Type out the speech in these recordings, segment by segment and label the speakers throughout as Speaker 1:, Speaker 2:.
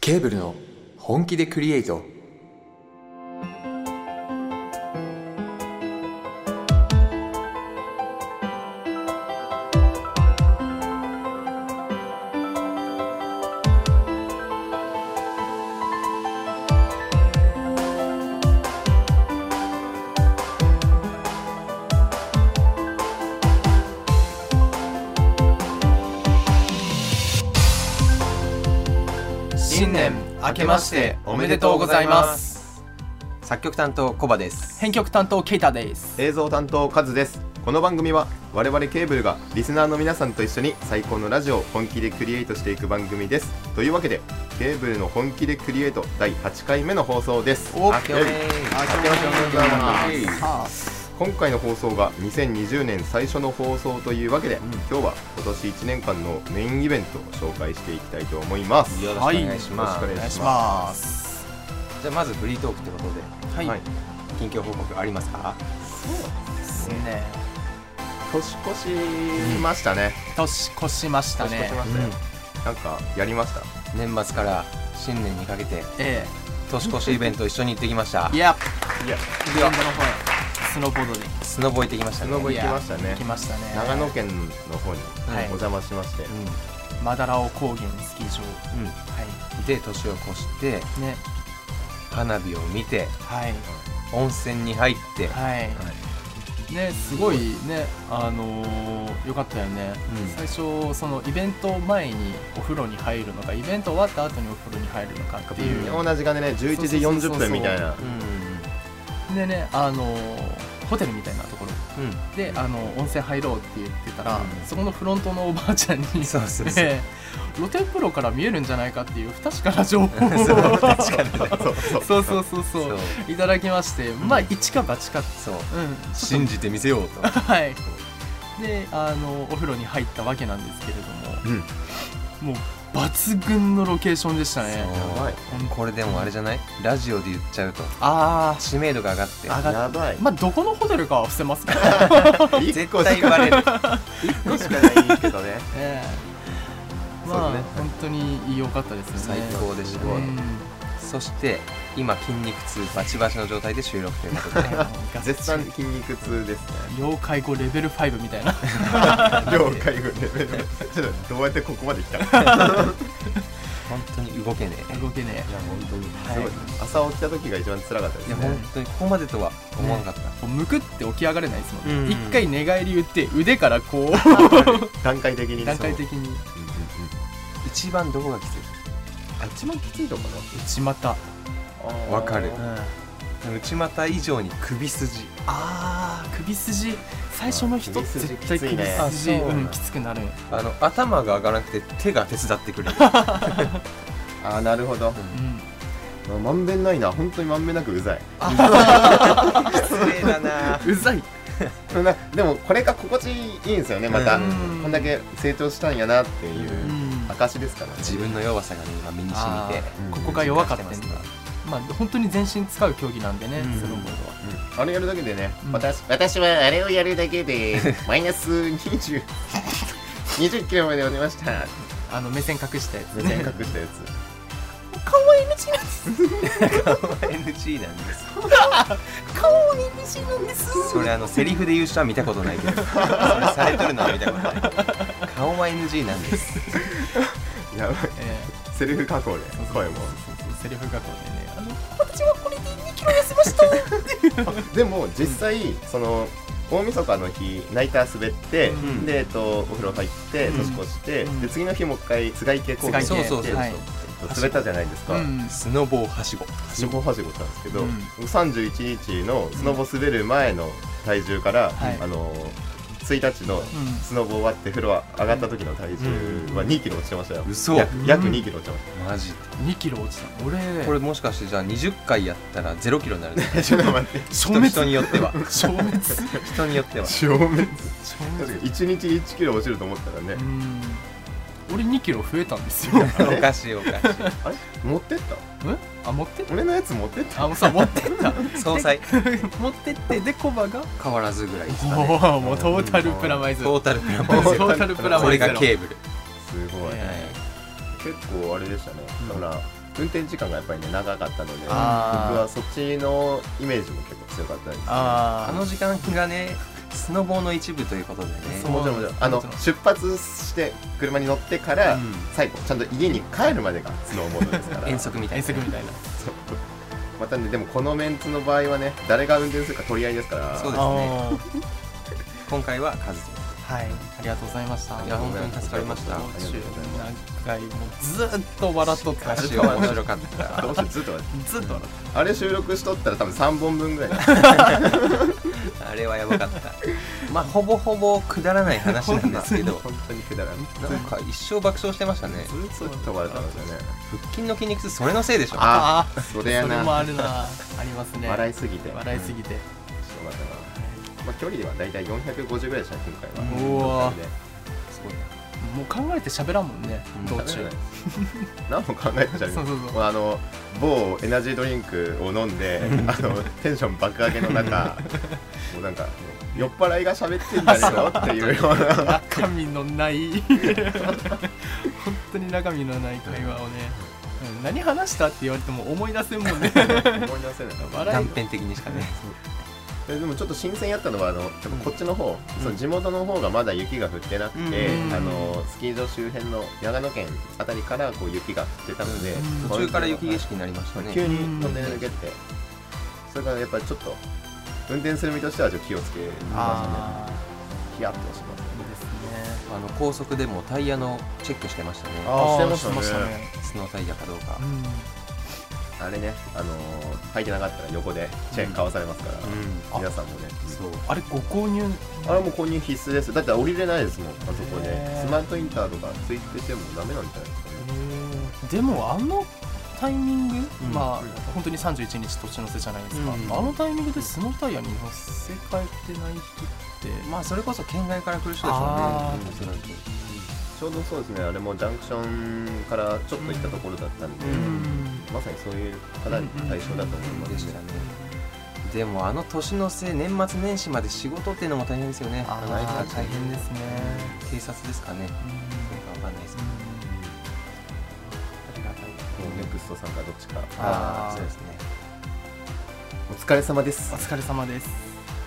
Speaker 1: ケーブルの本気でクリエイト
Speaker 2: 新年明けましておめでとうございます
Speaker 3: 作曲担当コバです
Speaker 4: 編曲担当ケイタです
Speaker 2: 映像担当カズですこの番組は我々ケーブルがリスナーの皆さんと一緒に最高のラジオを本気でクリエイトしていく番組ですというわけでケーブルの本気でクリエイト第8回目の放送です
Speaker 3: お
Speaker 2: 明けおめ
Speaker 3: 明けおめ
Speaker 2: 明けましておめでとうございます今回の放送が2020年最初の放送というわけで、今日は今年1年間のメインイベントを紹介していきたいと思います
Speaker 3: よろしくお
Speaker 4: はい
Speaker 3: 願いします、
Speaker 2: よろしくお願いしま
Speaker 4: ます
Speaker 3: じゃあまずフリートークってことで
Speaker 4: はい、
Speaker 2: はい
Speaker 3: 近況報告ありますか
Speaker 4: ですね
Speaker 2: 年越しましたね、
Speaker 4: 年越しました
Speaker 2: 年越
Speaker 4: ね
Speaker 2: しましたよ、なんかやりました
Speaker 3: 年末から新年にかけて
Speaker 4: え
Speaker 3: 年越しイベント一緒に行ってきました
Speaker 4: えいや
Speaker 2: いや
Speaker 4: グラウンドの方へスノーボードで
Speaker 3: スノボ行ってきました
Speaker 2: ス
Speaker 3: ね
Speaker 2: ノボ
Speaker 3: うん
Speaker 2: 行きましたね
Speaker 4: 行きましたね
Speaker 2: 長野県の方にお
Speaker 4: はい
Speaker 2: 邪魔しまして、
Speaker 4: マダラオ高原スキー場
Speaker 3: う
Speaker 4: は
Speaker 3: んで年を越して
Speaker 4: いね
Speaker 3: 花火を見て
Speaker 4: はい
Speaker 3: 温泉に入って、
Speaker 4: はいねすごいねあのー、よかったよね、
Speaker 3: うん
Speaker 4: 最初そのイベント前にお風呂に入るのかイベント終わった後にお風呂に入るのかっていう、
Speaker 2: うん同じがね11時
Speaker 4: そうそうそうそ
Speaker 2: 40
Speaker 4: う
Speaker 2: 分みたいな
Speaker 4: でねあのーホテルみたいなところ
Speaker 3: うん、
Speaker 4: であの温泉入ろうって言ってたら、
Speaker 3: うん
Speaker 4: そこのフロントのおばあちゃんに
Speaker 3: そうそうそう
Speaker 4: ね露天風呂から見えるんじゃないかっていう不確かな情報を
Speaker 3: そう不 確か
Speaker 2: そうそ
Speaker 4: そ
Speaker 2: う
Speaker 4: うそうそうそう
Speaker 3: そう
Speaker 4: いただきまして、まあ一か八か
Speaker 3: そう
Speaker 4: うんちょっ
Speaker 3: 信じてみせようと、
Speaker 4: とはいであのお風呂に入ったわけなんですけれども、
Speaker 2: うん
Speaker 4: もう抜群のロケーションでしたね
Speaker 3: そう
Speaker 2: やばい
Speaker 3: これでもあれじゃないラジオで言っちゃうと
Speaker 4: あ
Speaker 3: 知名度が上がって
Speaker 4: あ上が
Speaker 2: や
Speaker 4: っ
Speaker 2: ばい
Speaker 4: まあどこのホテルかは伏せますけど
Speaker 2: 1個
Speaker 3: 絶対
Speaker 2: しか
Speaker 3: バレる
Speaker 2: 1個しかないけどね
Speaker 4: ええ
Speaker 2: そう
Speaker 4: まあ、
Speaker 2: ね
Speaker 4: 本当に良かったですよね
Speaker 3: 最高でしたね
Speaker 4: うん
Speaker 3: そして今筋肉痛バチバチの状態で収録という ことで
Speaker 4: あの
Speaker 2: 絶賛筋肉痛ですね
Speaker 4: 要介護レベル5みたいな
Speaker 2: 了解レベルちょっとどうやってここまで来たす
Speaker 3: 本当に動けねえ
Speaker 4: 動けねえ
Speaker 2: ごい朝起きた時が一番辛かったで
Speaker 3: いや
Speaker 2: すね
Speaker 3: 本当にここまでとは思わなかった、
Speaker 4: もうむくって起き上がれないですもん
Speaker 3: うんう
Speaker 4: ね
Speaker 3: ん
Speaker 4: 一、回寝返り打って腕からこう
Speaker 2: 段階的に
Speaker 4: 段階的に
Speaker 2: そううんうんうん
Speaker 3: 一番どこがきつい
Speaker 2: あ一番きついのか
Speaker 4: 内股、
Speaker 2: な
Speaker 3: わかる
Speaker 4: うん、あ
Speaker 3: 内股以上に首筋
Speaker 4: あー首筋最初の人
Speaker 2: あ首筋
Speaker 4: 絶対
Speaker 2: きつ
Speaker 4: 首
Speaker 2: いね
Speaker 4: 筋、
Speaker 3: あそう
Speaker 4: うん、きつくなる
Speaker 3: あの頭が上がらなくて手が手伝って くれる
Speaker 2: あーなるほど
Speaker 4: うん
Speaker 2: あまんべんないな本当にまんべんなくうざい
Speaker 3: 失礼だな
Speaker 4: うざい
Speaker 2: なでもこれが心地いいんですよねまた、
Speaker 3: うん
Speaker 2: こんだけ成長したんやなっていううん証ですからね、
Speaker 3: 自分の弱さがね今身に染みて
Speaker 4: あーここが弱かったんだ
Speaker 3: 実感してま
Speaker 4: まあ本当に全身使う競技なんでね、
Speaker 3: うん
Speaker 4: スノーボードは
Speaker 2: うんあれやるだけでね、
Speaker 4: うん
Speaker 2: 私私はあれをやるだけでマイナス20 20キロまで落ちました
Speaker 4: あの目線隠したやつ
Speaker 2: 目線隠したやつ
Speaker 4: 顔は NG なんです
Speaker 3: すから NG なんです
Speaker 4: 顔は NG なんです
Speaker 3: それあのセリフで言う人は見たことないけ どそれされとるのは見たことない顔は NG なんです
Speaker 2: やばい
Speaker 4: え
Speaker 2: セルフ加工で
Speaker 4: え
Speaker 2: 声も
Speaker 4: そうそうそうセリフ学校でねあの私はこれで2キロ痩せました
Speaker 2: でも実際、その大晦日の日ナイター滑って、
Speaker 4: うん
Speaker 2: で、えっと、お風呂入って
Speaker 4: うん
Speaker 2: 年越して、
Speaker 4: うん
Speaker 2: で次の日もう一回つがい系コース
Speaker 3: そうそうそうそう、
Speaker 4: はい
Speaker 2: 滑ったじゃないですか、
Speaker 4: うん
Speaker 3: スノボーはしご
Speaker 2: スノボはしごしたんですけど、
Speaker 4: うん
Speaker 2: 31日のスノボ滑る前の体重か
Speaker 4: は
Speaker 2: ら、
Speaker 4: い
Speaker 2: あの1日のスノボ終わって風呂上がった時の体重は2キロ落ちてましたよ、
Speaker 3: 嘘
Speaker 2: 約
Speaker 4: うん
Speaker 2: 約2キロ落ちてまし
Speaker 3: マジ
Speaker 4: 2キロ落ちた俺
Speaker 3: でこれもしかしてじゃあ20回やったら0キロになるね
Speaker 2: たちょっと待って
Speaker 4: 消
Speaker 3: 人
Speaker 4: 滅
Speaker 3: 人によっては
Speaker 4: 消滅
Speaker 3: 人によっては
Speaker 2: 消滅
Speaker 4: 消
Speaker 2: 確
Speaker 4: 滅
Speaker 2: かに1日1キロ落ちると思ったらね
Speaker 4: う、ん俺2キロ増えたんですよ
Speaker 3: おかしいおかし
Speaker 2: あれ持ってった
Speaker 4: うんあ持ってった
Speaker 2: 俺のやつ持ってった
Speaker 4: あもうさ持ってった
Speaker 3: い総裁
Speaker 4: 持ってってでコバが
Speaker 3: 変わらずぐらいですかね
Speaker 4: おおもうトータルプラマイズ
Speaker 3: トータルプラマイ
Speaker 4: トータルプラ
Speaker 3: こ
Speaker 4: マ
Speaker 3: れ
Speaker 4: イゼ
Speaker 3: が
Speaker 4: ロ
Speaker 3: ケーブル
Speaker 2: すごい、
Speaker 4: え
Speaker 2: 結構あれでしたね、
Speaker 4: うん
Speaker 2: だから運転時間がやっぱりね長かったので僕
Speaker 4: あー
Speaker 2: はそっちのイメージも結構強かったです
Speaker 4: あ
Speaker 3: あの時間がねスノボの一部ということでね
Speaker 4: そ
Speaker 2: もちろんもちろんあ
Speaker 4: も
Speaker 2: の
Speaker 4: ちろん
Speaker 2: 出発して車に乗ってから、
Speaker 3: うん
Speaker 2: 最後ちゃんと家に帰るまでがスノーモードですから
Speaker 3: 遠足みたい
Speaker 4: 遠
Speaker 3: な
Speaker 4: 足みたいな
Speaker 2: またねでもこのメンツの場合はね誰が運転するか取り合いですから
Speaker 3: そうですね
Speaker 4: あー
Speaker 3: 今回はカズ
Speaker 4: はいありがとうございました
Speaker 3: いや本当に助かりました
Speaker 4: も
Speaker 2: あ
Speaker 4: う
Speaker 2: りがとうございま
Speaker 4: 何回もずーっと笑っとった
Speaker 3: と
Speaker 4: ず
Speaker 3: 足
Speaker 4: ー
Speaker 3: が面白かった
Speaker 2: すどうしてずっと待っ
Speaker 4: っと笑っとった
Speaker 2: てあれ収録しとったら多分3本分ぐらい
Speaker 3: あれはやばかったまあほぼほぼくだらない話なんですけど
Speaker 2: 本当にくだらんず
Speaker 3: なんか一生爆笑してましたね
Speaker 2: っと飛ばれたんですよね
Speaker 3: 腹筋の筋肉痛それのせいでしょ
Speaker 2: あ
Speaker 4: あ
Speaker 2: それ
Speaker 4: ー
Speaker 2: や
Speaker 4: それ
Speaker 2: な
Speaker 4: もあるなありますね
Speaker 2: 笑いすぎて
Speaker 4: 笑いすぎて
Speaker 2: そうだから、まあ、距離は大体450ぐらいでしたね今回
Speaker 4: う
Speaker 2: は
Speaker 4: わ
Speaker 2: なので
Speaker 3: そうだ
Speaker 4: もう考えて喋らんもんね
Speaker 3: うん
Speaker 4: 道
Speaker 2: 食
Speaker 4: 中
Speaker 2: べれない何も考えてち
Speaker 4: そ
Speaker 2: ゃ
Speaker 4: うそうそう
Speaker 2: まあ、あの某エナジードリンクを飲んであのテンション爆上げ の中もうなんか酔っ払いが喋ってんじゃねえのっていう ような
Speaker 4: 中身のない本当に中身のない会話をね、うん何話したって言われても思い出せんもんね
Speaker 2: 思い出せない
Speaker 4: 笑
Speaker 3: 断
Speaker 4: い
Speaker 3: 片的にしかね
Speaker 2: ででもちょっと新鮮やったのはあのやっぱこっちの方、
Speaker 4: ん
Speaker 2: その地元の方がまだ雪が降ってなくて、
Speaker 4: うん
Speaker 2: あのスキー場周辺の長野県あたりからこう雪が降ってたので、
Speaker 4: うん
Speaker 3: 途中から雪景色になりましたね
Speaker 2: 急にトンネル抜けて、それからやっぱりちょっと運転する身としてはちょっと気をつけま
Speaker 4: あ
Speaker 2: すねヒヤッとしますね
Speaker 4: あいいですね
Speaker 3: あの高速でもタイヤのチェックしてましたね
Speaker 2: あー
Speaker 4: ー
Speaker 2: してましたね
Speaker 3: スノータイヤかどうか
Speaker 4: う、ん
Speaker 2: あれねあのー履いてなかったら横でチェーンかわされますから、
Speaker 3: う
Speaker 2: 皆さんもね
Speaker 3: ん、そう
Speaker 4: あれご購入
Speaker 2: あれもう購入必須ですだって降りれないですもんあそこで
Speaker 4: へー
Speaker 2: スマートインターとかツイッてしてもダメなんじゃないですかね
Speaker 4: でもあのタイミング、
Speaker 3: うん
Speaker 4: まあ本当に31日年の瀬じゃないですか、
Speaker 3: うん
Speaker 4: あのタイミングでスノータイヤに乗せ替えてない人って
Speaker 3: まあそれこそ県外から来る人でしょうね
Speaker 4: あ
Speaker 2: ー
Speaker 3: おそらく
Speaker 2: ちょうどそうですねあれもジャンクションからちょっと行ったところだったんで、
Speaker 4: うん
Speaker 2: まさにそういう方が対象だと思います、
Speaker 3: でしたねでもあの年の瀬年末年始まで仕事っていうのも大変ですよね
Speaker 4: あ
Speaker 3: の間
Speaker 4: あ大変ですね、
Speaker 3: 警察ですかね
Speaker 4: うん
Speaker 3: なんかわかんないですけど
Speaker 4: ありがたい
Speaker 2: もうネクストさんかどっちか
Speaker 4: あー
Speaker 3: そうですね
Speaker 2: お疲れ様です
Speaker 4: お疲れ様です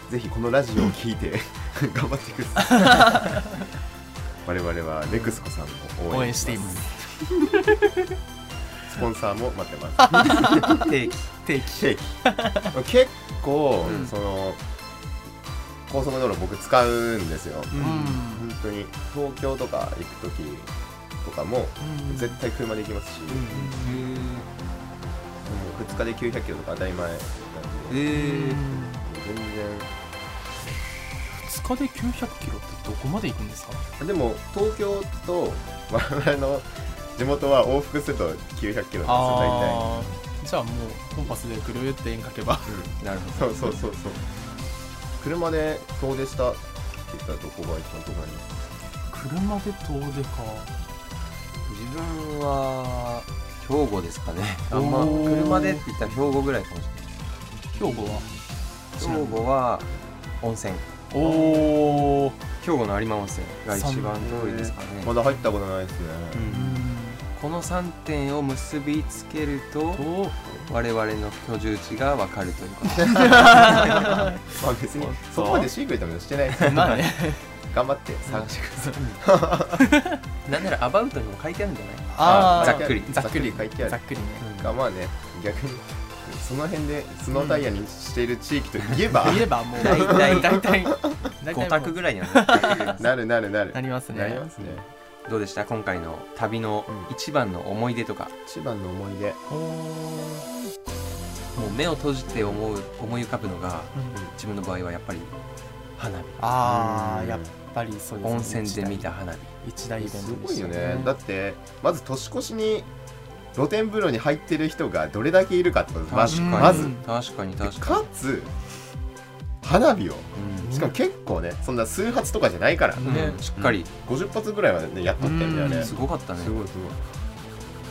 Speaker 2: ぜひこのラジオを聞いて頑張ってください我々はネクスコさんを
Speaker 4: 応
Speaker 2: 応
Speaker 4: 援
Speaker 2: 援
Speaker 4: していますす
Speaker 2: スポンサーも待ってます
Speaker 3: 定期
Speaker 4: 定期
Speaker 2: ケーキ結構、
Speaker 3: うん
Speaker 2: その高速道路僕使うんですよ、
Speaker 4: う
Speaker 2: 本
Speaker 4: ん
Speaker 2: 当に東京とか行く時とかも
Speaker 4: うん
Speaker 2: 絶対車で行きますし、もう2日で900キロとか当たり前なんで、
Speaker 3: えー
Speaker 2: 全然
Speaker 4: 2日で900キロってどこまで行くんですか
Speaker 2: でも東京と 我々の地元は往復すると900キロなん
Speaker 4: あーじゃあもうコンパスでぐるーって円かけば
Speaker 2: ですよ
Speaker 3: なるほ
Speaker 2: 大体、そうそうそうそう車で遠出したって言ったらどこが一番遠くなります
Speaker 4: 車で遠出か
Speaker 3: ど自分は兵庫ですかね あんま
Speaker 4: おー
Speaker 3: 車でって言ったら兵庫ぐらいかもし
Speaker 4: 兵庫
Speaker 3: れ
Speaker 4: は
Speaker 3: ない兵庫は温泉
Speaker 4: おお
Speaker 3: 兵庫の有馬温泉が一番遠いですかね
Speaker 2: まだ入ったことないですね、
Speaker 3: う
Speaker 4: うん
Speaker 3: この3点を結びつけると
Speaker 4: と
Speaker 3: 我々の居住地が分かるということで
Speaker 2: まあ別にそこまでシークレットもしてないです
Speaker 4: まあね
Speaker 2: 頑張って探してください
Speaker 3: なんならアバウトにも書いてあるんじゃない
Speaker 4: あー
Speaker 3: ざっくり
Speaker 2: ざっくり書いてあ
Speaker 4: ざっ
Speaker 2: る
Speaker 4: くりね
Speaker 2: がまあね逆にその辺でスノータイヤにしている地域といえば、
Speaker 4: 言えばもう
Speaker 3: 大体
Speaker 4: 大体
Speaker 3: 5択ぐらいにはなってる
Speaker 2: なるなるなる
Speaker 4: なりますね
Speaker 2: なりますね
Speaker 3: どうでした今回の旅の
Speaker 2: うん
Speaker 3: 一番の思い出とか、
Speaker 2: 一番の思い出
Speaker 4: おー
Speaker 3: もう目を閉じて思う思い浮かぶのが
Speaker 4: うん
Speaker 3: 自分の場合はやっぱり花火
Speaker 4: あ
Speaker 2: う
Speaker 4: ー
Speaker 2: ん
Speaker 4: やっぱりそうですね
Speaker 3: 温泉で見た花火
Speaker 4: 一大イベント
Speaker 2: す
Speaker 4: で
Speaker 2: ごい
Speaker 4: し
Speaker 2: よ
Speaker 4: た
Speaker 2: ねだってまず年越しに露天風呂に入ってる人がどれだけいるかってことまず
Speaker 4: 確
Speaker 2: まず
Speaker 4: うん
Speaker 3: 確かに確かに、
Speaker 2: かつ花火を
Speaker 3: うん
Speaker 2: しかも結構ねそんな数発とかじゃないから、
Speaker 4: ね
Speaker 3: うんしっかり、
Speaker 2: 50発ぐらいまでねやっとってんだよね、
Speaker 4: うん
Speaker 3: す
Speaker 2: す
Speaker 3: ごかったね
Speaker 2: ごいすごい、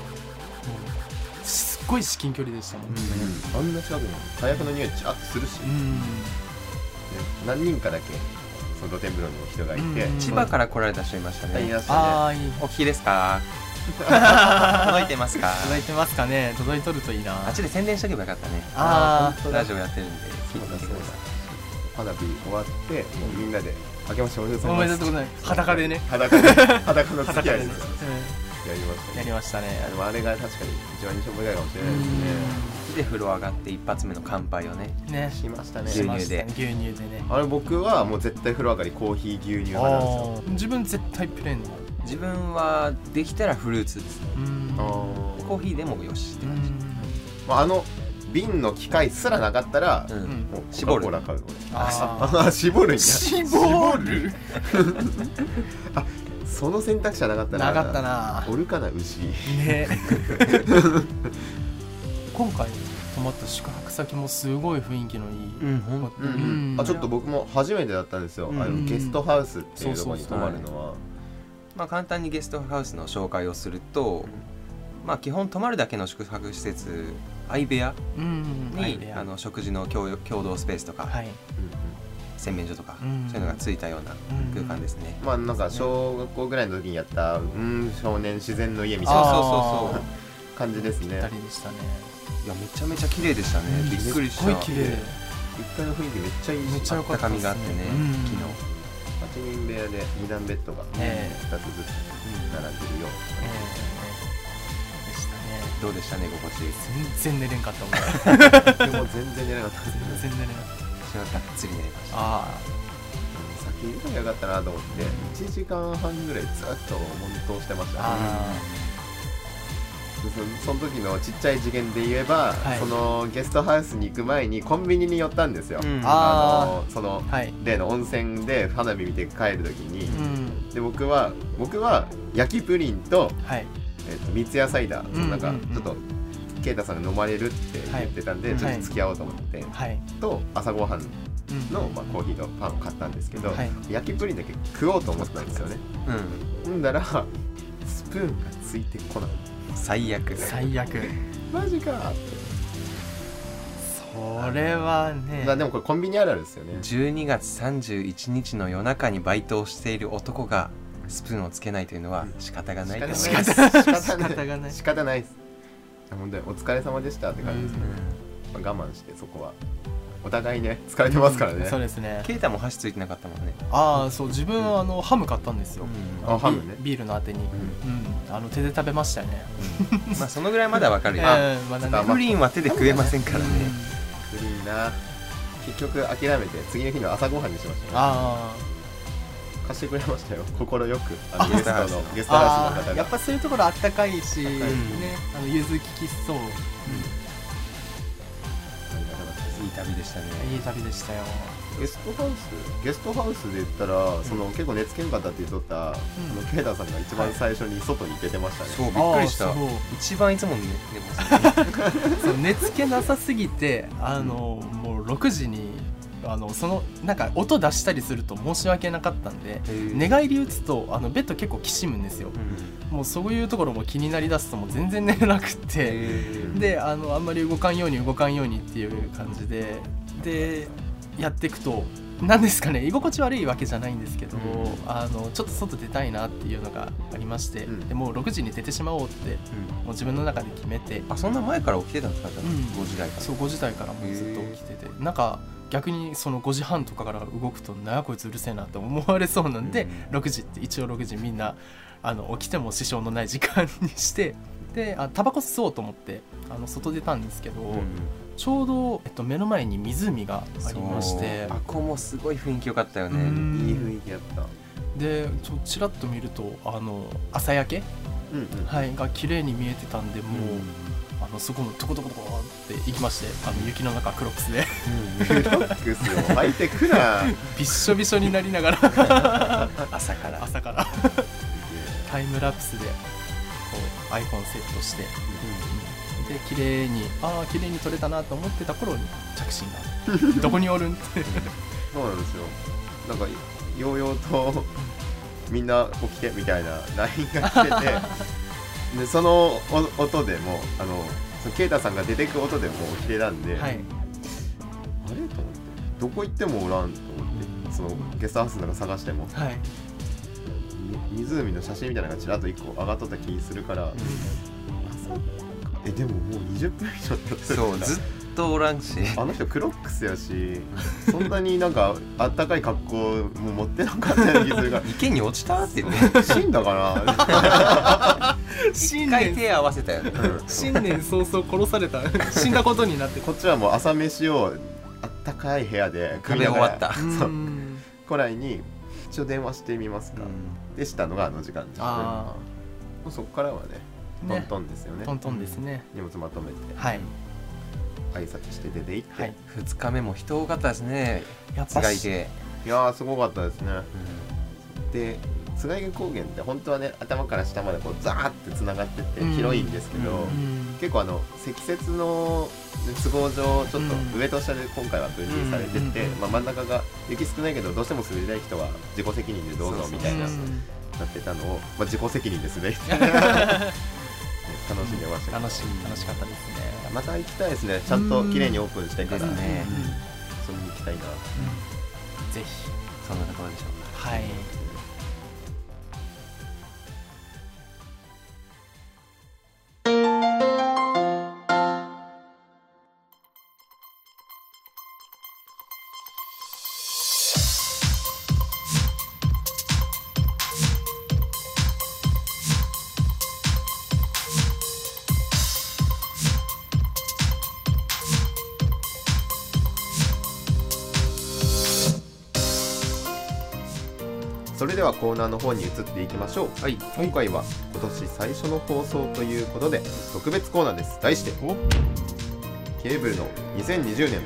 Speaker 4: すっごい至近距離でしたもんね
Speaker 2: あんな近くに火薬の匂いちゃっとするし、
Speaker 4: う
Speaker 2: ね
Speaker 4: ん
Speaker 2: 何人かだけその露天風呂の人がいて、
Speaker 4: うん
Speaker 3: 千葉から来られた人いました
Speaker 2: い
Speaker 3: ね
Speaker 2: らっしゃるね
Speaker 4: ああいい
Speaker 3: お聞きですか届いてますか
Speaker 4: 届いてますかね届いとるといいな
Speaker 3: あっちで宣伝しとけばよかったね
Speaker 4: あー
Speaker 3: 本当だラジオやってるんで聞いてみてください
Speaker 2: 花火終わってもうみんなで明けましておめでとう
Speaker 4: お
Speaker 2: ござ
Speaker 4: めで
Speaker 2: いま
Speaker 4: と
Speaker 2: す
Speaker 4: うございます裸でね
Speaker 2: 裸で裸の付き合いです
Speaker 4: う
Speaker 2: やりまし
Speaker 4: ん
Speaker 2: た
Speaker 4: や
Speaker 2: ね
Speaker 4: りましたね
Speaker 2: あでもあれが確かに一番印象深いかもしれ
Speaker 4: う
Speaker 2: ないですね
Speaker 3: で風呂上がって一発目の乾杯をね
Speaker 4: んね
Speaker 2: しましたね
Speaker 3: 牛乳で
Speaker 4: しましたね牛乳でね
Speaker 2: あれ僕はもう絶対風呂上がりコーヒー牛乳派なんですよ
Speaker 4: あー自分絶対プレーンだ
Speaker 3: 自分はできたらフルーツです
Speaker 4: うん
Speaker 3: コーヒーでもよしって
Speaker 4: う
Speaker 3: 感じ
Speaker 4: ん
Speaker 2: まあ、あの瓶の機械すらなかったら、
Speaker 3: うん、
Speaker 4: ん
Speaker 2: もう
Speaker 3: 絞る
Speaker 2: コカ・コーラ買う
Speaker 4: あ
Speaker 2: 俺あ絞るんや
Speaker 4: ー絞る
Speaker 2: その選択肢はなかったな
Speaker 4: なかったな
Speaker 2: おるかな牛
Speaker 4: ね今回泊まった宿泊先もすごい雰囲気のいい、
Speaker 3: うんほん
Speaker 4: うん
Speaker 2: あちょっと僕も初めてだったんですよ、
Speaker 3: うん
Speaker 2: あのゲストハウスっていうところに泊まるのは、
Speaker 3: まあ簡単にゲストハウスの紹介をすると、まあ基本泊まるだけの宿泊施設相部屋
Speaker 4: うん
Speaker 3: に、あの食事の共共同スペースとか、
Speaker 4: はい
Speaker 3: 洗面所とか、
Speaker 4: うん
Speaker 3: そういうのがついたような空間ですね、
Speaker 2: まあなんか小学校ぐらいの時にやった「うん少年自然の家」みたい
Speaker 3: そう
Speaker 2: な
Speaker 3: そうそうそう
Speaker 2: 感じです
Speaker 4: 二
Speaker 2: ね
Speaker 4: 人でしたね
Speaker 3: いやめちゃめちゃ綺麗でしたね、びっくりした
Speaker 4: すっごい綺麗
Speaker 2: 1階の雰囲気めっちゃいい
Speaker 4: めっ
Speaker 2: し
Speaker 4: ちゃ
Speaker 3: あ
Speaker 4: 良
Speaker 3: っ
Speaker 4: か
Speaker 3: た
Speaker 4: った
Speaker 3: か
Speaker 4: で
Speaker 3: み
Speaker 4: すね
Speaker 3: があってね、
Speaker 4: うん
Speaker 3: 昨日、
Speaker 2: 8人部屋で2段ベッドが
Speaker 4: ええ
Speaker 2: 2つずつ並んでるよ
Speaker 4: ええでしたね
Speaker 3: どうでしたね心地いいです
Speaker 4: 全然寝れんかったもん
Speaker 2: うな、でも全然寝なかったですね
Speaker 4: 全然寝れなかった
Speaker 3: 私はがっつり寝れました
Speaker 4: あ
Speaker 2: 先に言えばよかったなと思って1時間半ぐらいずっと悶頭してまし
Speaker 4: あ
Speaker 2: たね
Speaker 4: あ
Speaker 2: でそその時のちっちゃい次元で言えば、
Speaker 4: はい
Speaker 2: そのゲストハウスに行く前にコンビニに寄ったんですよ、
Speaker 3: うん
Speaker 2: あ
Speaker 4: あ
Speaker 2: のその
Speaker 4: あはい
Speaker 2: 例の温泉で花火見て帰る時に、
Speaker 4: うん
Speaker 2: で僕は僕は焼きプリンと,、
Speaker 4: はい
Speaker 2: えっと三ツ矢サイダー、
Speaker 4: うんうんうん
Speaker 2: なんかちょっと啓太さんが飲まれるって言ってたんで、
Speaker 4: はい
Speaker 2: ちょっと付き合おうと思って、
Speaker 4: はい
Speaker 2: と朝ごはん
Speaker 4: うん
Speaker 2: の、まあ、コーヒーとパンを買ったんですけど、
Speaker 4: はい
Speaker 2: 焼きプリンだけ食おうと思ったんですよね
Speaker 3: うん
Speaker 2: んだらスプーンがついてこない
Speaker 3: 最悪
Speaker 4: 最悪
Speaker 2: マジかって
Speaker 4: それはね
Speaker 2: まあでもこれコンビニあるあるですよね
Speaker 3: 12月31日の夜中にバイトをしている男がスプーンをつけないというのは仕方がないと思います
Speaker 2: 仕
Speaker 4: 仕
Speaker 2: 方ない仕方
Speaker 4: 方
Speaker 2: な
Speaker 4: が
Speaker 2: い
Speaker 4: ない
Speaker 2: 仕方ないです本当にお疲れ様でしたって感じですね
Speaker 4: う、
Speaker 2: まあ我慢してそこはお互いね疲れてますからね、
Speaker 4: そうですね
Speaker 3: ケイタも箸ついてなかったもんね、
Speaker 4: ああそう自分はあのハム買ったんですよ、
Speaker 3: うん
Speaker 2: あハムね
Speaker 4: ビビールのあてに、うんあの手で食べましたよね、
Speaker 3: まあそのぐらいまだわかるよ、
Speaker 4: ええまだ
Speaker 2: ちょっと
Speaker 4: ね
Speaker 2: 甘
Speaker 3: プリンは手で食えませんからね、
Speaker 2: プリンな結局諦めて次の日の朝ごはんにしました、ね、
Speaker 4: あ
Speaker 2: 貸してくれましたよ心よくあのゲスト
Speaker 3: あ
Speaker 2: のゲスト
Speaker 4: あ
Speaker 2: ハウスの方
Speaker 4: やっ
Speaker 2: が
Speaker 4: ぱそういうところあったかいし、
Speaker 2: あったかい
Speaker 4: ねあのゆずききそう
Speaker 3: いい旅でしたね
Speaker 4: いい旅でしたよ
Speaker 2: ゲストハウスゲストハウスで言ったら、その結構寝つけんかったって言っとった、あのケイダさんが一番最初に外に出てましたね、
Speaker 3: そうびっくりし
Speaker 4: あ
Speaker 3: た
Speaker 4: あそう
Speaker 3: 一番いつも寝寝ますね
Speaker 4: そう寝つけなさすぎてあの、もう6時にあのそのなんか音出したりすると申し訳なかったんで
Speaker 3: へえ
Speaker 4: 寝返り打つとあのベッド結構きしむんですよ
Speaker 3: うん
Speaker 4: もうそういうところも気になりだすともう全然寝れなくてであのあんまり動かんように動かんようにっていう感じででやっていくと何ですかね居心地悪いわけじゃないんですけど、
Speaker 3: う
Speaker 4: あのちょっと外出たいなっていうのがありまして、
Speaker 2: うん
Speaker 4: でもう6時に出てしまおうってもう自分の中で決めて
Speaker 3: あそんな前から起きてたんですか
Speaker 4: ん
Speaker 3: 5時台から
Speaker 4: そう5時台からもうずっと起きててなんか逆にその5時半とかから動くと「なあこいつうるせえな」って思われそうなんで、6時って一応6時みんなあの起きても支障のない時間にして であタバコ吸おうと思ってあの外出たんですけど、
Speaker 3: うん
Speaker 4: ちょうど、えっと、目の前に湖がありまして
Speaker 3: そうあこもすごい雰囲気良かったよね、
Speaker 4: うん
Speaker 2: いい雰囲気やった
Speaker 4: でちょちらっと見るとあの朝焼け、
Speaker 2: うんうん
Speaker 4: はい、が綺麗に見えてたんでもう、
Speaker 3: うん
Speaker 4: あのそこもトコトコトコって行きましてあの雪の中クロックスで
Speaker 2: クロックスを巻いてくな
Speaker 4: びっしょびしょになりながら
Speaker 3: 朝から
Speaker 4: 朝からタイムラプスでこう iPhone セットしてで綺麗にああ綺麗に撮れたなと思ってた頃に着信が どこにおるんって
Speaker 2: そうなんですよなんかようようとみんな起きてみたいな LINE が来ててでそのお音でもあのそのケイタさんが出てく音でもう起きてたんで、
Speaker 4: は
Speaker 2: あ
Speaker 4: い
Speaker 2: れと思ってどこ行ってもおらんと思ってそのゲストハウスなんか探しても
Speaker 4: はい
Speaker 2: 湖の写真みたいなのがちらっと1個上がっとった気するから、えでももう20分以上経ってる
Speaker 3: そうずっとおらんし
Speaker 2: あの人クロックスやしそんなになんかあったかい格好も持ってなかったような気するか
Speaker 3: 池に落ちたって言って
Speaker 2: ら死んだかな
Speaker 4: 新
Speaker 3: 一回
Speaker 4: 年
Speaker 3: 手合わせたよね
Speaker 4: 新年早々殺された 死んだことになって
Speaker 2: こっちはもう朝飯をあったかい部屋で
Speaker 3: 食
Speaker 2: 食い
Speaker 3: べ
Speaker 2: な
Speaker 3: 終
Speaker 2: が
Speaker 3: わっ
Speaker 2: ら
Speaker 3: た
Speaker 2: そ
Speaker 4: う
Speaker 2: う
Speaker 4: ん
Speaker 2: 古来に一応電話してみますか、でしたのがあの時間ですね
Speaker 4: あ
Speaker 2: もうそこからはね
Speaker 4: あ
Speaker 2: トン
Speaker 4: ね
Speaker 2: トンですよね
Speaker 4: トントンですね
Speaker 2: 荷物まとめて
Speaker 4: はい
Speaker 2: 挨拶して出て行って、、
Speaker 4: はいい
Speaker 3: 2日目も人多かったですね
Speaker 4: やっ
Speaker 3: つ
Speaker 4: ぱ
Speaker 3: がい
Speaker 4: し
Speaker 3: で
Speaker 2: やーすごかったですねで津軽高原って本当はね頭から下までこうザーってつながってて
Speaker 4: うん
Speaker 2: 広いんですけど、
Speaker 4: うん
Speaker 2: 結構あの積雪の都合上ちょっと上と下で今回は分離されてて、
Speaker 4: うん
Speaker 2: まあ、真ん中が雪少ないけどどうしても滑りたい人は自己責任でどうぞみたいな
Speaker 4: う
Speaker 2: なんってたのを、まあ、自己責任で 滑りたい楽しんでましたけど
Speaker 4: 楽しい楽しかったですね
Speaker 2: また行きたいですねちゃんと綺麗にオープンしてか
Speaker 3: で
Speaker 2: ら
Speaker 3: す
Speaker 2: 遊び
Speaker 3: ね
Speaker 2: に行きたいな
Speaker 4: うんぜひ
Speaker 3: そんなところでしょうか
Speaker 4: はい
Speaker 2: それではコーナーの方に移っていきましょう
Speaker 3: はい
Speaker 2: 今回は今年最初の放送ということで特別コーナーです題してケーブルの2020年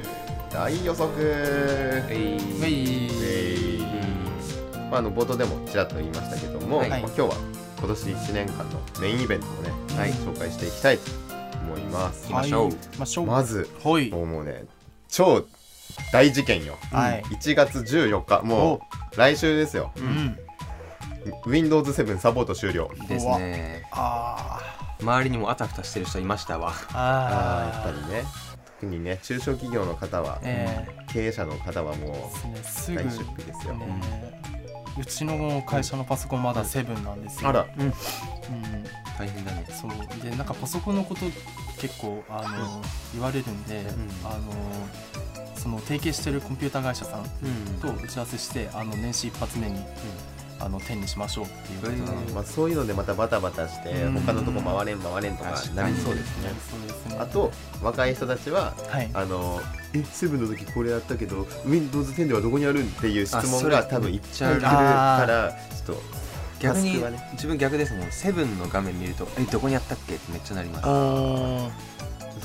Speaker 2: 大予測
Speaker 3: えい
Speaker 2: えーまあ、あの冒頭でもちらっと言いましたけども、
Speaker 3: はい
Speaker 2: まあ今日は今年1年間のメインイベントをね、
Speaker 4: はい
Speaker 2: 紹介していきたいと思います
Speaker 3: 行きましょう
Speaker 4: はい行きましょう
Speaker 2: まず
Speaker 4: ほい
Speaker 2: もうもうね超大事件よ、
Speaker 4: はい
Speaker 2: 1月14日もう来週ですよ
Speaker 4: うん
Speaker 2: Windows7 サポート終了
Speaker 3: ですね
Speaker 4: あ
Speaker 3: 周りにもあたふたしてる人いましたわ
Speaker 4: ー
Speaker 2: あーや
Speaker 4: あ
Speaker 2: っぱりね特にね中小企業の方は、
Speaker 4: え
Speaker 2: 経営者の方はも
Speaker 4: ーです
Speaker 2: う
Speaker 4: ね
Speaker 2: 大
Speaker 4: す
Speaker 2: 出
Speaker 4: ぐ
Speaker 2: 費ですよ、
Speaker 4: ねうちの会社のパソコンまだセブンなんですよ
Speaker 2: あら、
Speaker 4: うん
Speaker 3: 大変だね
Speaker 4: そうでなんかパソコンのこと結構あの言われるんで、
Speaker 3: ん
Speaker 4: あのその提携してるコンピューター会社さん
Speaker 3: うん
Speaker 4: と打ち合わせしてあの年始一発目に、あの点にしましょうっていうことに
Speaker 3: う
Speaker 4: なり
Speaker 3: ん
Speaker 2: まあ、そういうのでまたバタバタして
Speaker 4: うん
Speaker 2: 他のとこ回れん回れんとかなりそうですね
Speaker 4: そうですね
Speaker 2: あと若い人たちは
Speaker 4: はい
Speaker 2: あのえセブンの時これやったけど Windows10 ではどこにあるんっていう質問
Speaker 3: あ
Speaker 2: が
Speaker 3: それ
Speaker 2: 多分いっぱい来るか
Speaker 4: あー
Speaker 2: らちょっと
Speaker 3: 逆
Speaker 2: タス
Speaker 3: に
Speaker 2: クはね
Speaker 3: 自分逆ですもんセブンの画面見るとえどこにあったっけってめっちゃなります
Speaker 4: あ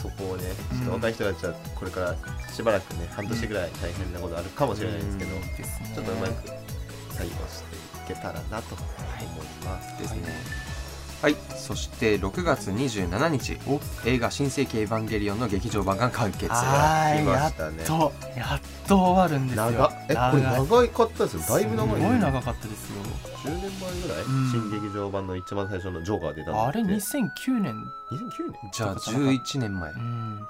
Speaker 2: そこをね
Speaker 4: うん
Speaker 2: ちょっと若い人たちはこれからしばらくね半年ぐらい大変なことあるかもしれないですけど、
Speaker 3: うん
Speaker 2: ち
Speaker 4: ですね
Speaker 2: ょっとうまく対応していけたらなと思います、
Speaker 3: ですねはい、そして6月27日映画「新世紀エヴァンゲリオン」の劇場版が完結
Speaker 4: は
Speaker 2: 来
Speaker 4: い
Speaker 2: ま
Speaker 4: や
Speaker 2: し
Speaker 4: った
Speaker 2: ね
Speaker 4: とやっと終わるんですよ
Speaker 2: 長っえこれ
Speaker 4: 長い
Speaker 2: 長いかったですよだいぶ長いね
Speaker 4: すごい長かったですよ
Speaker 2: 10年前ぐらい、
Speaker 4: うん
Speaker 2: 新劇場版の一番最初のジョーカーが出たの
Speaker 4: あれ
Speaker 2: って
Speaker 4: 2009年
Speaker 2: 2009年
Speaker 3: じゃあ11年前
Speaker 4: うん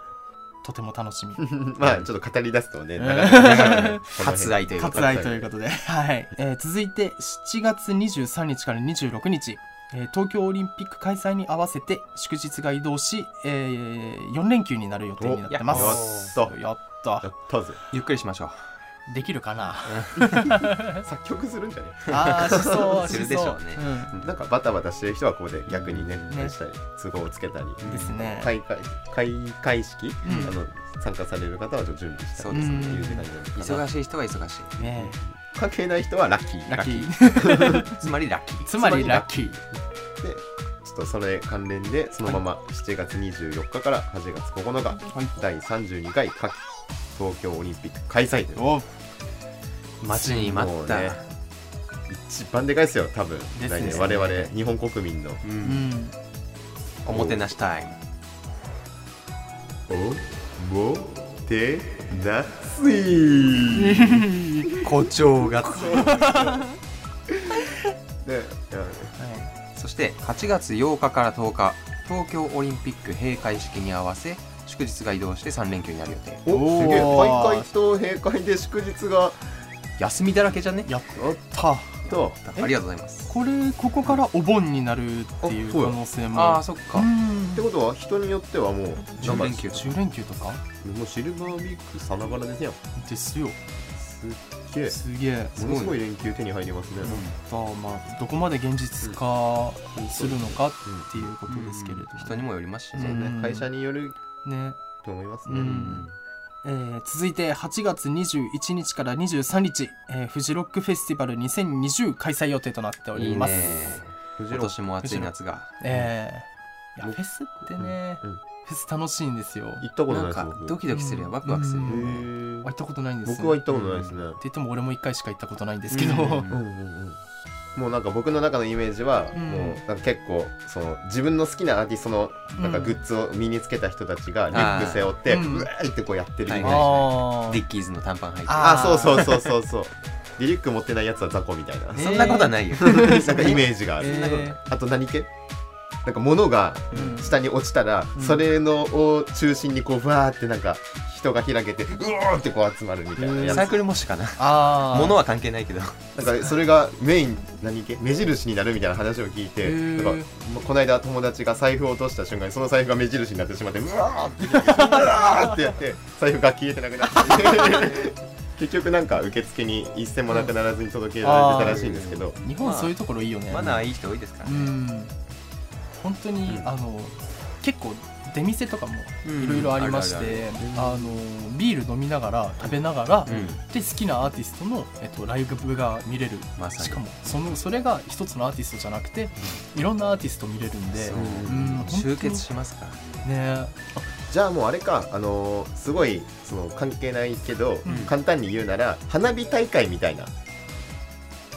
Speaker 4: とても楽しみ
Speaker 2: まあちょっと語り出すとね、
Speaker 4: うん
Speaker 2: 長くなっちゃうからね
Speaker 3: 初。愛というか
Speaker 4: 割愛ということで、はいえー続いて7月23日から26日、えー東京オリンピック開催に合わせて祝日が移動し、え4連休になる予定になってま
Speaker 2: やっ
Speaker 4: す
Speaker 2: た
Speaker 4: やった
Speaker 2: やったぜ。
Speaker 3: ゆっくりしましょう
Speaker 4: できるかな
Speaker 2: 作曲するんじゃね
Speaker 4: あーしそう
Speaker 3: する
Speaker 4: し
Speaker 3: でしょ
Speaker 4: そうう
Speaker 3: ね
Speaker 2: なんかバタバタしてる人はここで逆にね、
Speaker 4: ね
Speaker 2: したり、都合をつけたり。
Speaker 4: うんですね
Speaker 2: 開会、開会式、
Speaker 4: ん
Speaker 2: あの、参加される方はちょっと準備した
Speaker 3: そ
Speaker 2: り
Speaker 3: うです
Speaker 2: って
Speaker 3: ね
Speaker 2: いう感じなのかな
Speaker 3: 忙しい人は忙しい
Speaker 4: ね
Speaker 2: 関係ない人はラッキー。
Speaker 4: ラッキー
Speaker 2: で、
Speaker 3: つまりラッキー
Speaker 4: つまりラッキー
Speaker 2: ちょっとそれ関連で、そのまま7月24日から8月9日、第32回夏季東京オリンピック開催という
Speaker 4: お
Speaker 3: 待ちに待っ
Speaker 2: もうね
Speaker 3: た
Speaker 2: 一番でかいですよ、多分。
Speaker 4: ね
Speaker 2: 来年、我々、日本国民の。
Speaker 3: う
Speaker 4: うんん
Speaker 3: おもてなしタイム
Speaker 2: おもて なし
Speaker 3: 誇張が
Speaker 2: で、
Speaker 4: は
Speaker 3: そして8月8日から10日東京オリンピック閉会式に合わせ祝日が移動して3連休になる予定
Speaker 2: おすげえ
Speaker 4: おー
Speaker 2: 開会と閉会で祝日が
Speaker 3: 休みだらけじゃね
Speaker 4: いやった
Speaker 2: と
Speaker 3: ありがとうございます
Speaker 4: これここからお盆になるっていう
Speaker 2: あそう
Speaker 4: 可
Speaker 2: や
Speaker 4: 能性も
Speaker 3: ああそっか
Speaker 4: うん
Speaker 2: ってことは人によってはもうなんか
Speaker 3: 10連休
Speaker 4: 10連休とか
Speaker 2: もうシルバーウィークさながらですやん
Speaker 4: ですよ
Speaker 2: すっげえ
Speaker 4: すげえ
Speaker 2: ものすごい連休手に入りますね、
Speaker 4: だからまあどこまで現実化するのかっていうことですけれど
Speaker 3: うん人にもよりますし
Speaker 4: う
Speaker 2: そう
Speaker 3: ね、
Speaker 2: ね
Speaker 4: ん
Speaker 2: 会社による
Speaker 4: ね
Speaker 2: と思います
Speaker 4: う
Speaker 2: ね、
Speaker 4: んえー続いて8月21日から23日、えーフジロックフェスティバル2020開催予定となってお
Speaker 3: い
Speaker 4: り
Speaker 3: い
Speaker 4: ます
Speaker 3: ね
Speaker 2: フジ
Speaker 3: 今
Speaker 2: ロッ
Speaker 3: 年も暑い夏が
Speaker 4: えーい
Speaker 2: うん
Speaker 4: やフェスってね、
Speaker 2: うんうん
Speaker 4: フェス楽しいんですよ
Speaker 2: 行ったこと
Speaker 3: なん
Speaker 2: ないです
Speaker 3: か
Speaker 2: 僕
Speaker 3: ドキドキするよワクワクするよ
Speaker 2: へ
Speaker 3: ね
Speaker 2: ー
Speaker 4: あ行ったことないんですよ
Speaker 2: 僕は行ったことないですね、
Speaker 4: って言っても俺も1回しか行ったことないんですけど、
Speaker 3: うんう
Speaker 2: うんうんうんもうなんか僕の中のイメージは、
Speaker 4: うん
Speaker 2: もうなんか結構その自分の好きなアーティストのなんかグッズを身につけた人たちがリュック背負って、
Speaker 4: う
Speaker 2: うんわーいってこうやってるイメージ、
Speaker 3: はいはい
Speaker 4: あ
Speaker 3: ディ
Speaker 4: ー
Speaker 3: ッキーズの短パン履いて
Speaker 4: あ
Speaker 2: あそうそうそうそうそうリリュック持ってないやつは雑魚みたいな、
Speaker 4: ね
Speaker 3: そんなことはないよ
Speaker 2: なんかイメージがある、
Speaker 4: えー
Speaker 2: あと何系なんか物が
Speaker 4: うん
Speaker 2: 下に落ちたら、
Speaker 4: うん
Speaker 2: それのを中心にこうわーってなんか人が開けてうおーってこう集まるみたいなやつ、
Speaker 3: サークル模試かな
Speaker 4: あー
Speaker 3: 物は関係ないけど
Speaker 2: なんかそれがメイン何系目印になるみたいな話を聞いて
Speaker 4: へー
Speaker 2: なんかこの間友達が財布を落とした瞬間にその財布が目印になってしまってうわーって言ってうわーってやって財布が消えてなくなって結局なんか受付に一銭もなくならずに届けられてたらしいんですけど、
Speaker 4: 日本そういうところいいよね、
Speaker 3: マナーいい人多いですから
Speaker 4: う
Speaker 3: ね
Speaker 4: ん本当に、
Speaker 3: うん
Speaker 4: あの結構出店とかも
Speaker 3: うん
Speaker 4: いろいろありまし
Speaker 3: ある
Speaker 4: て、あのビール飲みながら食べながら、
Speaker 3: あるうん
Speaker 4: で好きなアーティストの、えっと、ライブが見れる、
Speaker 3: まさに
Speaker 4: しかもそのそれが一つのアーティストじゃなくていろんなアーティスト見れるんで
Speaker 3: そう
Speaker 4: うん本当に
Speaker 3: 集結しますから
Speaker 4: ね
Speaker 2: じゃあもうあれか、あのーすごいその関係ないけど、
Speaker 4: うん
Speaker 2: 簡単に言うなら花火大会みたいな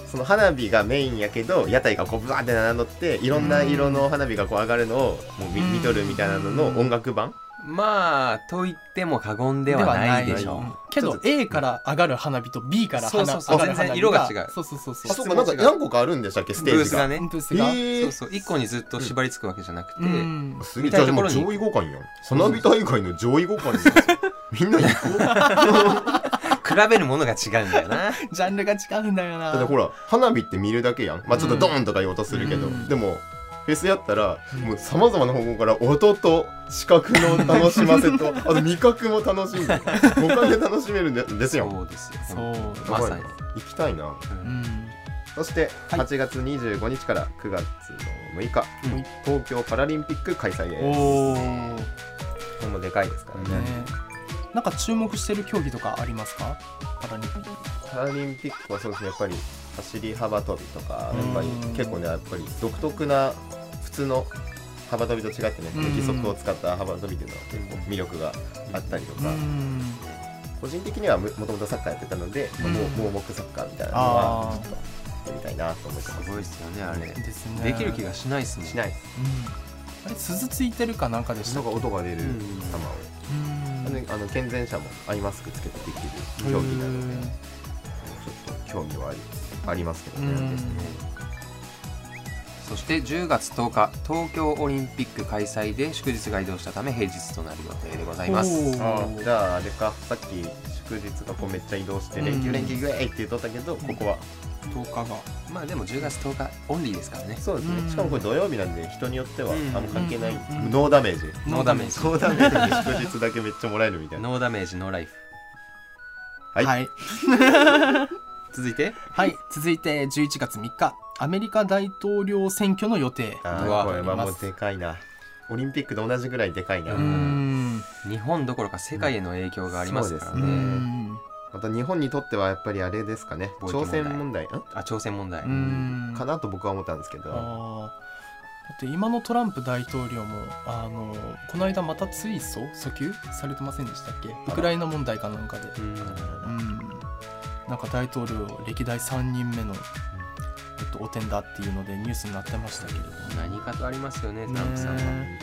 Speaker 2: その花火がメインやけど屋台がこうブワーって並んどっていろんな色の花火がこう上がるのをもう見,、
Speaker 4: うん
Speaker 2: 見とるみたいなのの音楽版
Speaker 3: まあと言っても過言ではないでしょ
Speaker 4: うん
Speaker 3: う
Speaker 4: け
Speaker 2: ちょ
Speaker 4: ど
Speaker 2: っと
Speaker 4: A から上がる花火と B から
Speaker 3: そう
Speaker 4: 花
Speaker 3: そうそう
Speaker 4: 上がる花火
Speaker 3: 全然色が違う
Speaker 4: そうそうそうそう
Speaker 3: そ
Speaker 2: あそうう
Speaker 3: か
Speaker 2: か
Speaker 3: な
Speaker 2: なん
Speaker 3: か何
Speaker 2: んか何個かあるんですよス
Speaker 3: ブ
Speaker 2: テー
Speaker 3: ー
Speaker 2: ジ
Speaker 3: スが
Speaker 2: が。
Speaker 3: ね
Speaker 4: ブース
Speaker 2: え
Speaker 4: が、
Speaker 3: そう
Speaker 2: ー、
Speaker 3: そう一個にずっと縛り付くわけじゃなくて、
Speaker 4: うん
Speaker 2: すげ
Speaker 3: み
Speaker 2: え
Speaker 3: たいな
Speaker 2: じゃあもう
Speaker 3: ところ
Speaker 2: 上
Speaker 3: に
Speaker 2: 位互 換やん花火大会の上位互換やん みんな行こうだ
Speaker 3: 比べるものが違うんだよな
Speaker 4: ジャンルが違うんだよな
Speaker 2: ってほら花火って見るだけやんまあちょっとドーンとか言おうとするけど、
Speaker 4: うん
Speaker 2: でもフェスやったらもうさまざまな方向から音と視覚の楽し ませとあと味覚も楽しんで五感で楽しめるんでですよ
Speaker 3: そうですよ
Speaker 4: そう、
Speaker 3: まさに
Speaker 2: 行きたいな
Speaker 4: うん
Speaker 2: そして
Speaker 4: はい
Speaker 2: 8月25日から9月の6日、
Speaker 3: うん
Speaker 2: 東京パラリンピック開催です
Speaker 4: おー
Speaker 2: これもでかいですからね
Speaker 4: ね、なんか注目してる競技とかありますかパラリンピック
Speaker 2: パラリンピックはそうですねやっぱり走り幅跳びとかやっぱり
Speaker 4: うん
Speaker 2: 結構ねやっぱり独特な普通の幅跳びと違ってね
Speaker 4: うん
Speaker 2: 義足を使った幅跳びっていうのは結構魅力があったりとか、
Speaker 4: ん
Speaker 2: 個人的にはももともとサッカーやってたので、
Speaker 4: うん
Speaker 2: もう盲目サッカーみたいなのは
Speaker 4: あー
Speaker 2: ちょっとやってみたいなと思ってます
Speaker 3: すごいですよねあれ
Speaker 4: ですね
Speaker 3: できる気がしないですもん
Speaker 2: しないです
Speaker 4: うんあれ鈴ついてるかなんかでした
Speaker 2: 人
Speaker 4: っけ
Speaker 2: が音が出る球を、
Speaker 3: うん
Speaker 4: うん
Speaker 2: あのあの健全者もアイマスクつけてできる競技なので
Speaker 4: へー
Speaker 2: ちょっと興味はありありますけどね、
Speaker 4: うん
Speaker 3: ですねそして10月10日東京オリンピック開催で祝日が移動したため平日となる予定でございます
Speaker 4: おー
Speaker 2: あーじゃああれかさっき祝日がこうめっちゃ移動して
Speaker 4: うん
Speaker 2: 連休連休ぐらいって言っとったけど、ここは
Speaker 4: 10日が
Speaker 3: まあでも10月10日オンリーですからね
Speaker 2: そうですね、
Speaker 4: うん
Speaker 2: しかもこれ土曜日なんで人によっては
Speaker 3: うん
Speaker 2: あんま関係ない、
Speaker 4: うん
Speaker 2: ノーダメージ
Speaker 3: ノーダメージ
Speaker 2: ノーダメージで祝日だけめっちゃもらえるみた いな
Speaker 3: ノーダメージノーライフ
Speaker 2: はい
Speaker 4: はい、
Speaker 3: 続いて
Speaker 4: はい、続いて11月3日アメリカ大統領選挙の予定
Speaker 2: あ
Speaker 3: うわ
Speaker 2: ーこれはもうでかいなオリンピックと同じぐらいでかいな、
Speaker 3: う
Speaker 4: うんん
Speaker 3: 日本どころか世界への影響がありますから
Speaker 2: う
Speaker 4: う
Speaker 2: そ
Speaker 3: ね
Speaker 4: ん
Speaker 2: また日本にとってはやっぱりあれですかね
Speaker 3: 貿
Speaker 2: 朝
Speaker 3: 易問題
Speaker 2: 鮮問題ん
Speaker 3: あ朝鮮問題
Speaker 4: うん
Speaker 2: かなと僕は思ったんですけど、
Speaker 4: あーだって今のトランプ大統領もあのこの間また追訴訴求されてませんでしたっけウクライナ問題かなんかで
Speaker 3: うん
Speaker 4: うんなんか大統領歴代3人目の、えっと、お天だっていうのでニュースになってましたけれども
Speaker 3: 何かとありますよねトランプさんは
Speaker 4: ね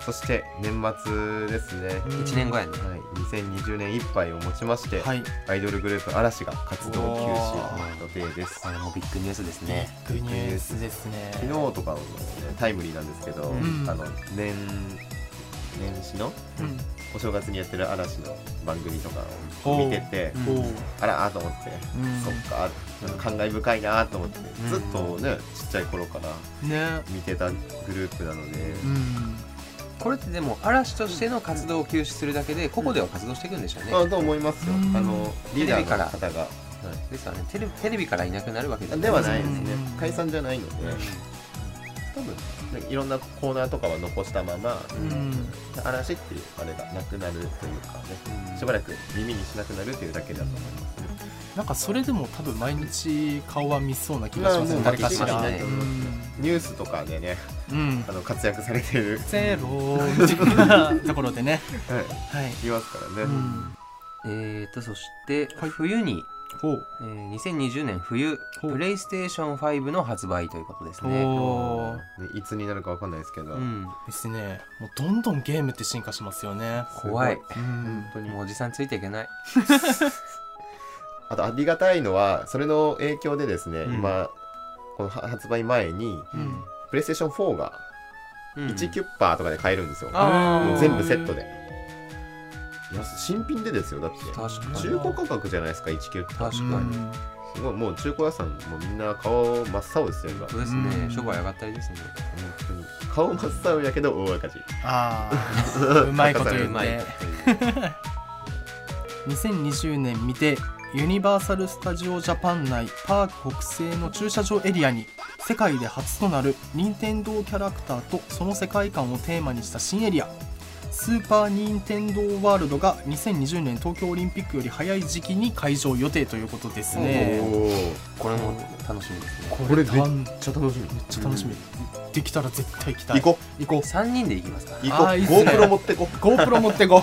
Speaker 2: そして年末ですね、
Speaker 4: うん
Speaker 3: 1年後やね
Speaker 2: はい、2020年いっぱいをもちまして、
Speaker 4: はい
Speaker 2: アイドルグループ嵐が活動休
Speaker 3: お
Speaker 2: 止予定です
Speaker 3: これもビッグニュースですね
Speaker 4: グニュースですね
Speaker 2: 昨日とかの、ね、タイムリーなんですけど、
Speaker 4: うん
Speaker 2: あの年年始の
Speaker 4: うん
Speaker 2: お正月にやってる嵐の番組とかを
Speaker 4: ほう
Speaker 2: 見てて
Speaker 3: うん
Speaker 4: おう
Speaker 2: あらあと思って、
Speaker 4: うん
Speaker 2: そっかなんか感慨深いなと思って、
Speaker 3: ん
Speaker 2: ずっとねちっちゃい頃から
Speaker 4: ね
Speaker 2: 見てたグループなので、
Speaker 4: うん
Speaker 3: これってでも嵐としての活動を休止するだけで個々では活動していくんでしょうね、
Speaker 2: まあと思いますよ、
Speaker 4: うん
Speaker 2: あのリーダーの方が
Speaker 3: ですよねテレビテレビからいなくなるわけじゃ
Speaker 2: ではないですね
Speaker 4: うん
Speaker 2: 解散じゃないので多分なんかいろんなコーナーとかは残したまま
Speaker 4: うん
Speaker 2: 嵐っていうあれがなくなるというかねしばらく耳にしなくなるというだけだと思いますね、
Speaker 4: なんかそれでも多分毎日顔は見そうな気がします
Speaker 2: まあ
Speaker 4: ね
Speaker 2: もう
Speaker 4: 誰かし
Speaker 3: ま
Speaker 4: ら
Speaker 3: あ
Speaker 2: ねニュースとかでね
Speaker 4: うん
Speaker 2: あの活躍されてる、
Speaker 4: ゼロみたいなところでね
Speaker 2: はい、
Speaker 4: はい
Speaker 2: いますからね、
Speaker 4: うん
Speaker 3: えー、とそして、
Speaker 4: はい
Speaker 3: 冬に、
Speaker 4: ほう
Speaker 3: えー2020年冬
Speaker 4: ほう
Speaker 3: プレイステーション5の発売ということですね。
Speaker 4: おー
Speaker 2: ねいつになるかわかんないですけど、
Speaker 3: うん、
Speaker 4: ですねもうどんどんゲームって進化しますよね
Speaker 3: 怖い。
Speaker 4: うん
Speaker 2: 本当に
Speaker 3: もうおじさんついていけない。
Speaker 2: あとありがたいのはそれの影響でですね、
Speaker 3: うん
Speaker 2: 今この発売前に
Speaker 4: うん
Speaker 2: プレイステーション4が
Speaker 3: うん
Speaker 2: 1キュッパーとかで買えるんですよ、
Speaker 3: あ
Speaker 2: も
Speaker 3: ー
Speaker 2: う全部セットで安新品でですよだって
Speaker 3: 確かに
Speaker 2: 中古価格じゃないですか1キュッパー
Speaker 3: 確かに。本
Speaker 4: うん
Speaker 2: すごいもう中古屋さんもうみんな顔真っ青ですよ今
Speaker 3: 当ですね、
Speaker 4: うん
Speaker 3: 商売上がったりですね。
Speaker 2: 本当に顔真っ青やけど大赤字
Speaker 4: ああうまいこと言
Speaker 3: う
Speaker 4: っ
Speaker 3: まい
Speaker 4: て。2020年見てユニバーサル・スタジオ・ジャパン内パーク北西の駐車場エリアに世界で初となる任天堂キャラクターとその世界観をテーマにした新エリアスーパー・ニンテンドー・ワールドが2020年東京オリンピックより早い時期に会場予定ということですね
Speaker 2: お
Speaker 3: これも楽しみですね。
Speaker 2: これめっ
Speaker 4: めっ
Speaker 2: ちゃ楽しみ
Speaker 4: ちゃ楽しみ、できたら絶対行きたい
Speaker 2: 行こ
Speaker 4: 行こう
Speaker 3: 三人で行きますか。
Speaker 2: 行こう
Speaker 4: あーいいっすね
Speaker 2: GoPro 持ってこ
Speaker 4: GoPro 持ってこ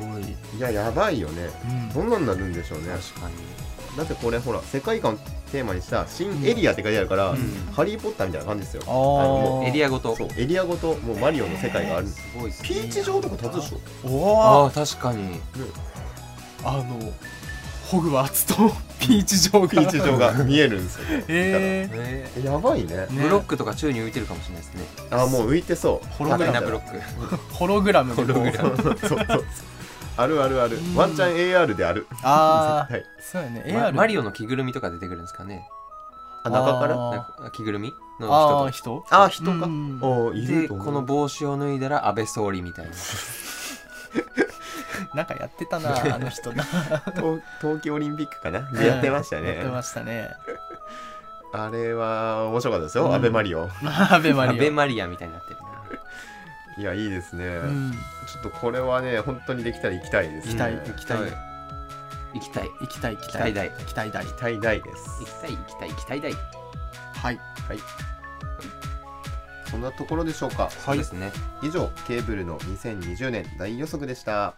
Speaker 4: う
Speaker 3: ごい。
Speaker 2: いややばいよね
Speaker 4: うん
Speaker 2: どんなんなるんでしょうね
Speaker 3: 確かに。
Speaker 2: だってこれほら世界観をテーマにした新エリアって書いてあるから、
Speaker 3: うん
Speaker 2: ハリー・ポッターみたいな感じですよ
Speaker 4: あー
Speaker 2: も
Speaker 3: エリアごと。
Speaker 2: そうエリアごともうマリオの世界があるんですよ
Speaker 3: すごいですね。
Speaker 2: ピーチ城とか立つでしょ
Speaker 4: お
Speaker 3: あ
Speaker 4: お
Speaker 3: あ確かに。
Speaker 4: あのホグワーツと ピーチ城が
Speaker 2: ピーチ城が見えるんですよ
Speaker 4: ええ
Speaker 3: ね
Speaker 2: 見たらやばいね
Speaker 4: ね
Speaker 3: ブロックとか宙に浮いてるかもしれないですね。
Speaker 2: あもう浮いてそう
Speaker 4: ホログ
Speaker 3: み
Speaker 4: ラム
Speaker 3: んなブロック。
Speaker 4: ホログラムでこう
Speaker 3: ホログラム
Speaker 2: そうそうそうあるあるある
Speaker 4: うん
Speaker 2: ワンチャン AR である
Speaker 4: ああ
Speaker 2: はい
Speaker 4: そうやね
Speaker 3: ま
Speaker 4: AR
Speaker 3: マリオの着ぐるみとか出てくるんですかね。
Speaker 2: あ中から
Speaker 4: あー
Speaker 3: なんか着ぐるみの
Speaker 4: あ
Speaker 3: 人と
Speaker 4: あ人
Speaker 2: あ人
Speaker 4: う
Speaker 2: か
Speaker 4: ん
Speaker 2: おーい
Speaker 3: で
Speaker 2: ると
Speaker 3: こ
Speaker 2: 思う
Speaker 3: の帽子を脱いだら安倍総理みたいな
Speaker 4: なんかやってたなあの人 な
Speaker 2: 東東京オリンピックかなでやってました
Speaker 4: やって
Speaker 2: ね
Speaker 4: ましたね
Speaker 2: あれは面白かったです
Speaker 4: うん
Speaker 2: よアベマリオ
Speaker 4: アベマ
Speaker 3: 安倍
Speaker 4: リ
Speaker 3: マリアみたいになってるない
Speaker 2: やいいですね
Speaker 4: オうん
Speaker 2: ちょっとこれはね本当にできたら行きたいです
Speaker 4: 行きたい
Speaker 2: ね
Speaker 4: 行きたい
Speaker 3: はい行きたい
Speaker 4: 行きたい行
Speaker 3: 行
Speaker 4: き
Speaker 3: きた
Speaker 4: た
Speaker 3: い
Speaker 4: い
Speaker 3: 大
Speaker 4: 行きたい大
Speaker 2: 行きたいないです
Speaker 3: 行きたい行きたい行きたい大
Speaker 4: はい
Speaker 2: はい。そんなところでしょうか。
Speaker 3: そうですね
Speaker 2: 以上、ケーブルの2020年大予測でした。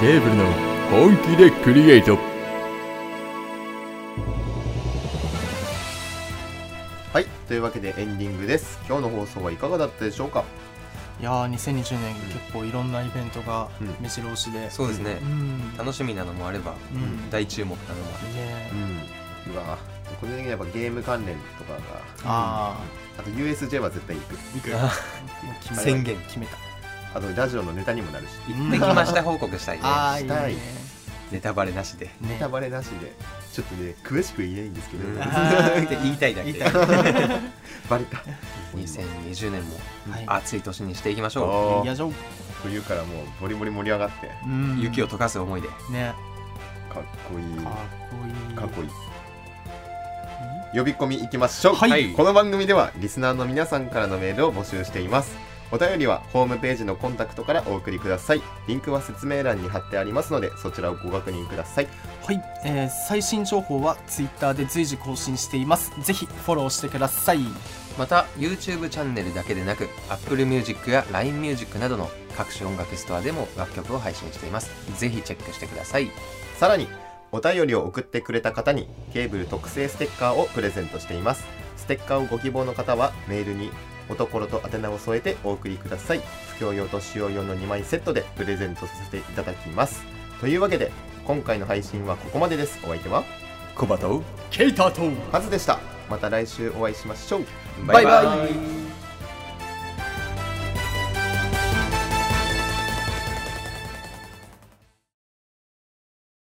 Speaker 5: ケーブルの本気でクリエイト
Speaker 2: はい。というわけでエンディングです。今日の放送はいかがだったでしょうか。
Speaker 4: いやー2020年結構いろんなイベントが
Speaker 2: うん
Speaker 4: 目白押しで
Speaker 3: そうですね
Speaker 4: うん
Speaker 3: 楽しみなのもあれば
Speaker 4: うん
Speaker 3: 大注目なのもあ
Speaker 4: ね
Speaker 2: うん。うわぁ個人的にはやっぱゲーム関連とかが、
Speaker 4: ああ
Speaker 2: あと USJ は絶対行く。
Speaker 4: 行く
Speaker 3: あ
Speaker 4: もう決
Speaker 3: る
Speaker 4: めた
Speaker 3: 宣言
Speaker 4: 決めた
Speaker 2: あとラジオのネタにもなるし。
Speaker 3: 行ってきました報告したいね
Speaker 4: ああいい
Speaker 2: したい
Speaker 4: ね
Speaker 3: ネタバレなしで
Speaker 2: ネ
Speaker 4: ね
Speaker 2: タバレなしで。ちょっとね、詳しく言えないんですけど、
Speaker 3: うん
Speaker 2: バ
Speaker 4: あー
Speaker 3: って 言いたいだけ
Speaker 4: 言いたい
Speaker 2: レた。
Speaker 3: 2020年も
Speaker 4: はい
Speaker 3: 暑い年にしていきましょ
Speaker 2: おー
Speaker 4: やじょう
Speaker 2: 冬からもうボリボリ盛り上がって、
Speaker 3: う雪を溶かす思いで
Speaker 4: ね
Speaker 2: かっこいい。
Speaker 4: かっ
Speaker 2: かっ
Speaker 4: こ
Speaker 2: こいい呼び込みいきましょう、
Speaker 4: はい
Speaker 2: この番組ではリスナーの皆さんからのメールを募集していますお便りはホームページのコンタクトからお送りくださいリンクは説明欄に貼ってありますのでそちらをご確認ください
Speaker 4: いいはい、えー最新情報はツイッターで随時更新していますぜひフォローしてください
Speaker 3: また YouTube チャンネルだけでなく Apple Music や LINEMUSIC などの各種音楽ストアでも楽曲を配信していますぜひチェックしてください
Speaker 2: さらにお便りを送ってくれた方にケーブル特製ステッカーをプレゼントしていますステッカーをご希望の方はメールにおところと宛名を添えてお送りください不況用と使用用の2枚セットでプレゼントさせていただきますというわけで今回の配信はここまでですお相手は
Speaker 5: 小バと
Speaker 4: ケイターと
Speaker 2: カズでしたまた来週お会いしましょう
Speaker 4: バイバイ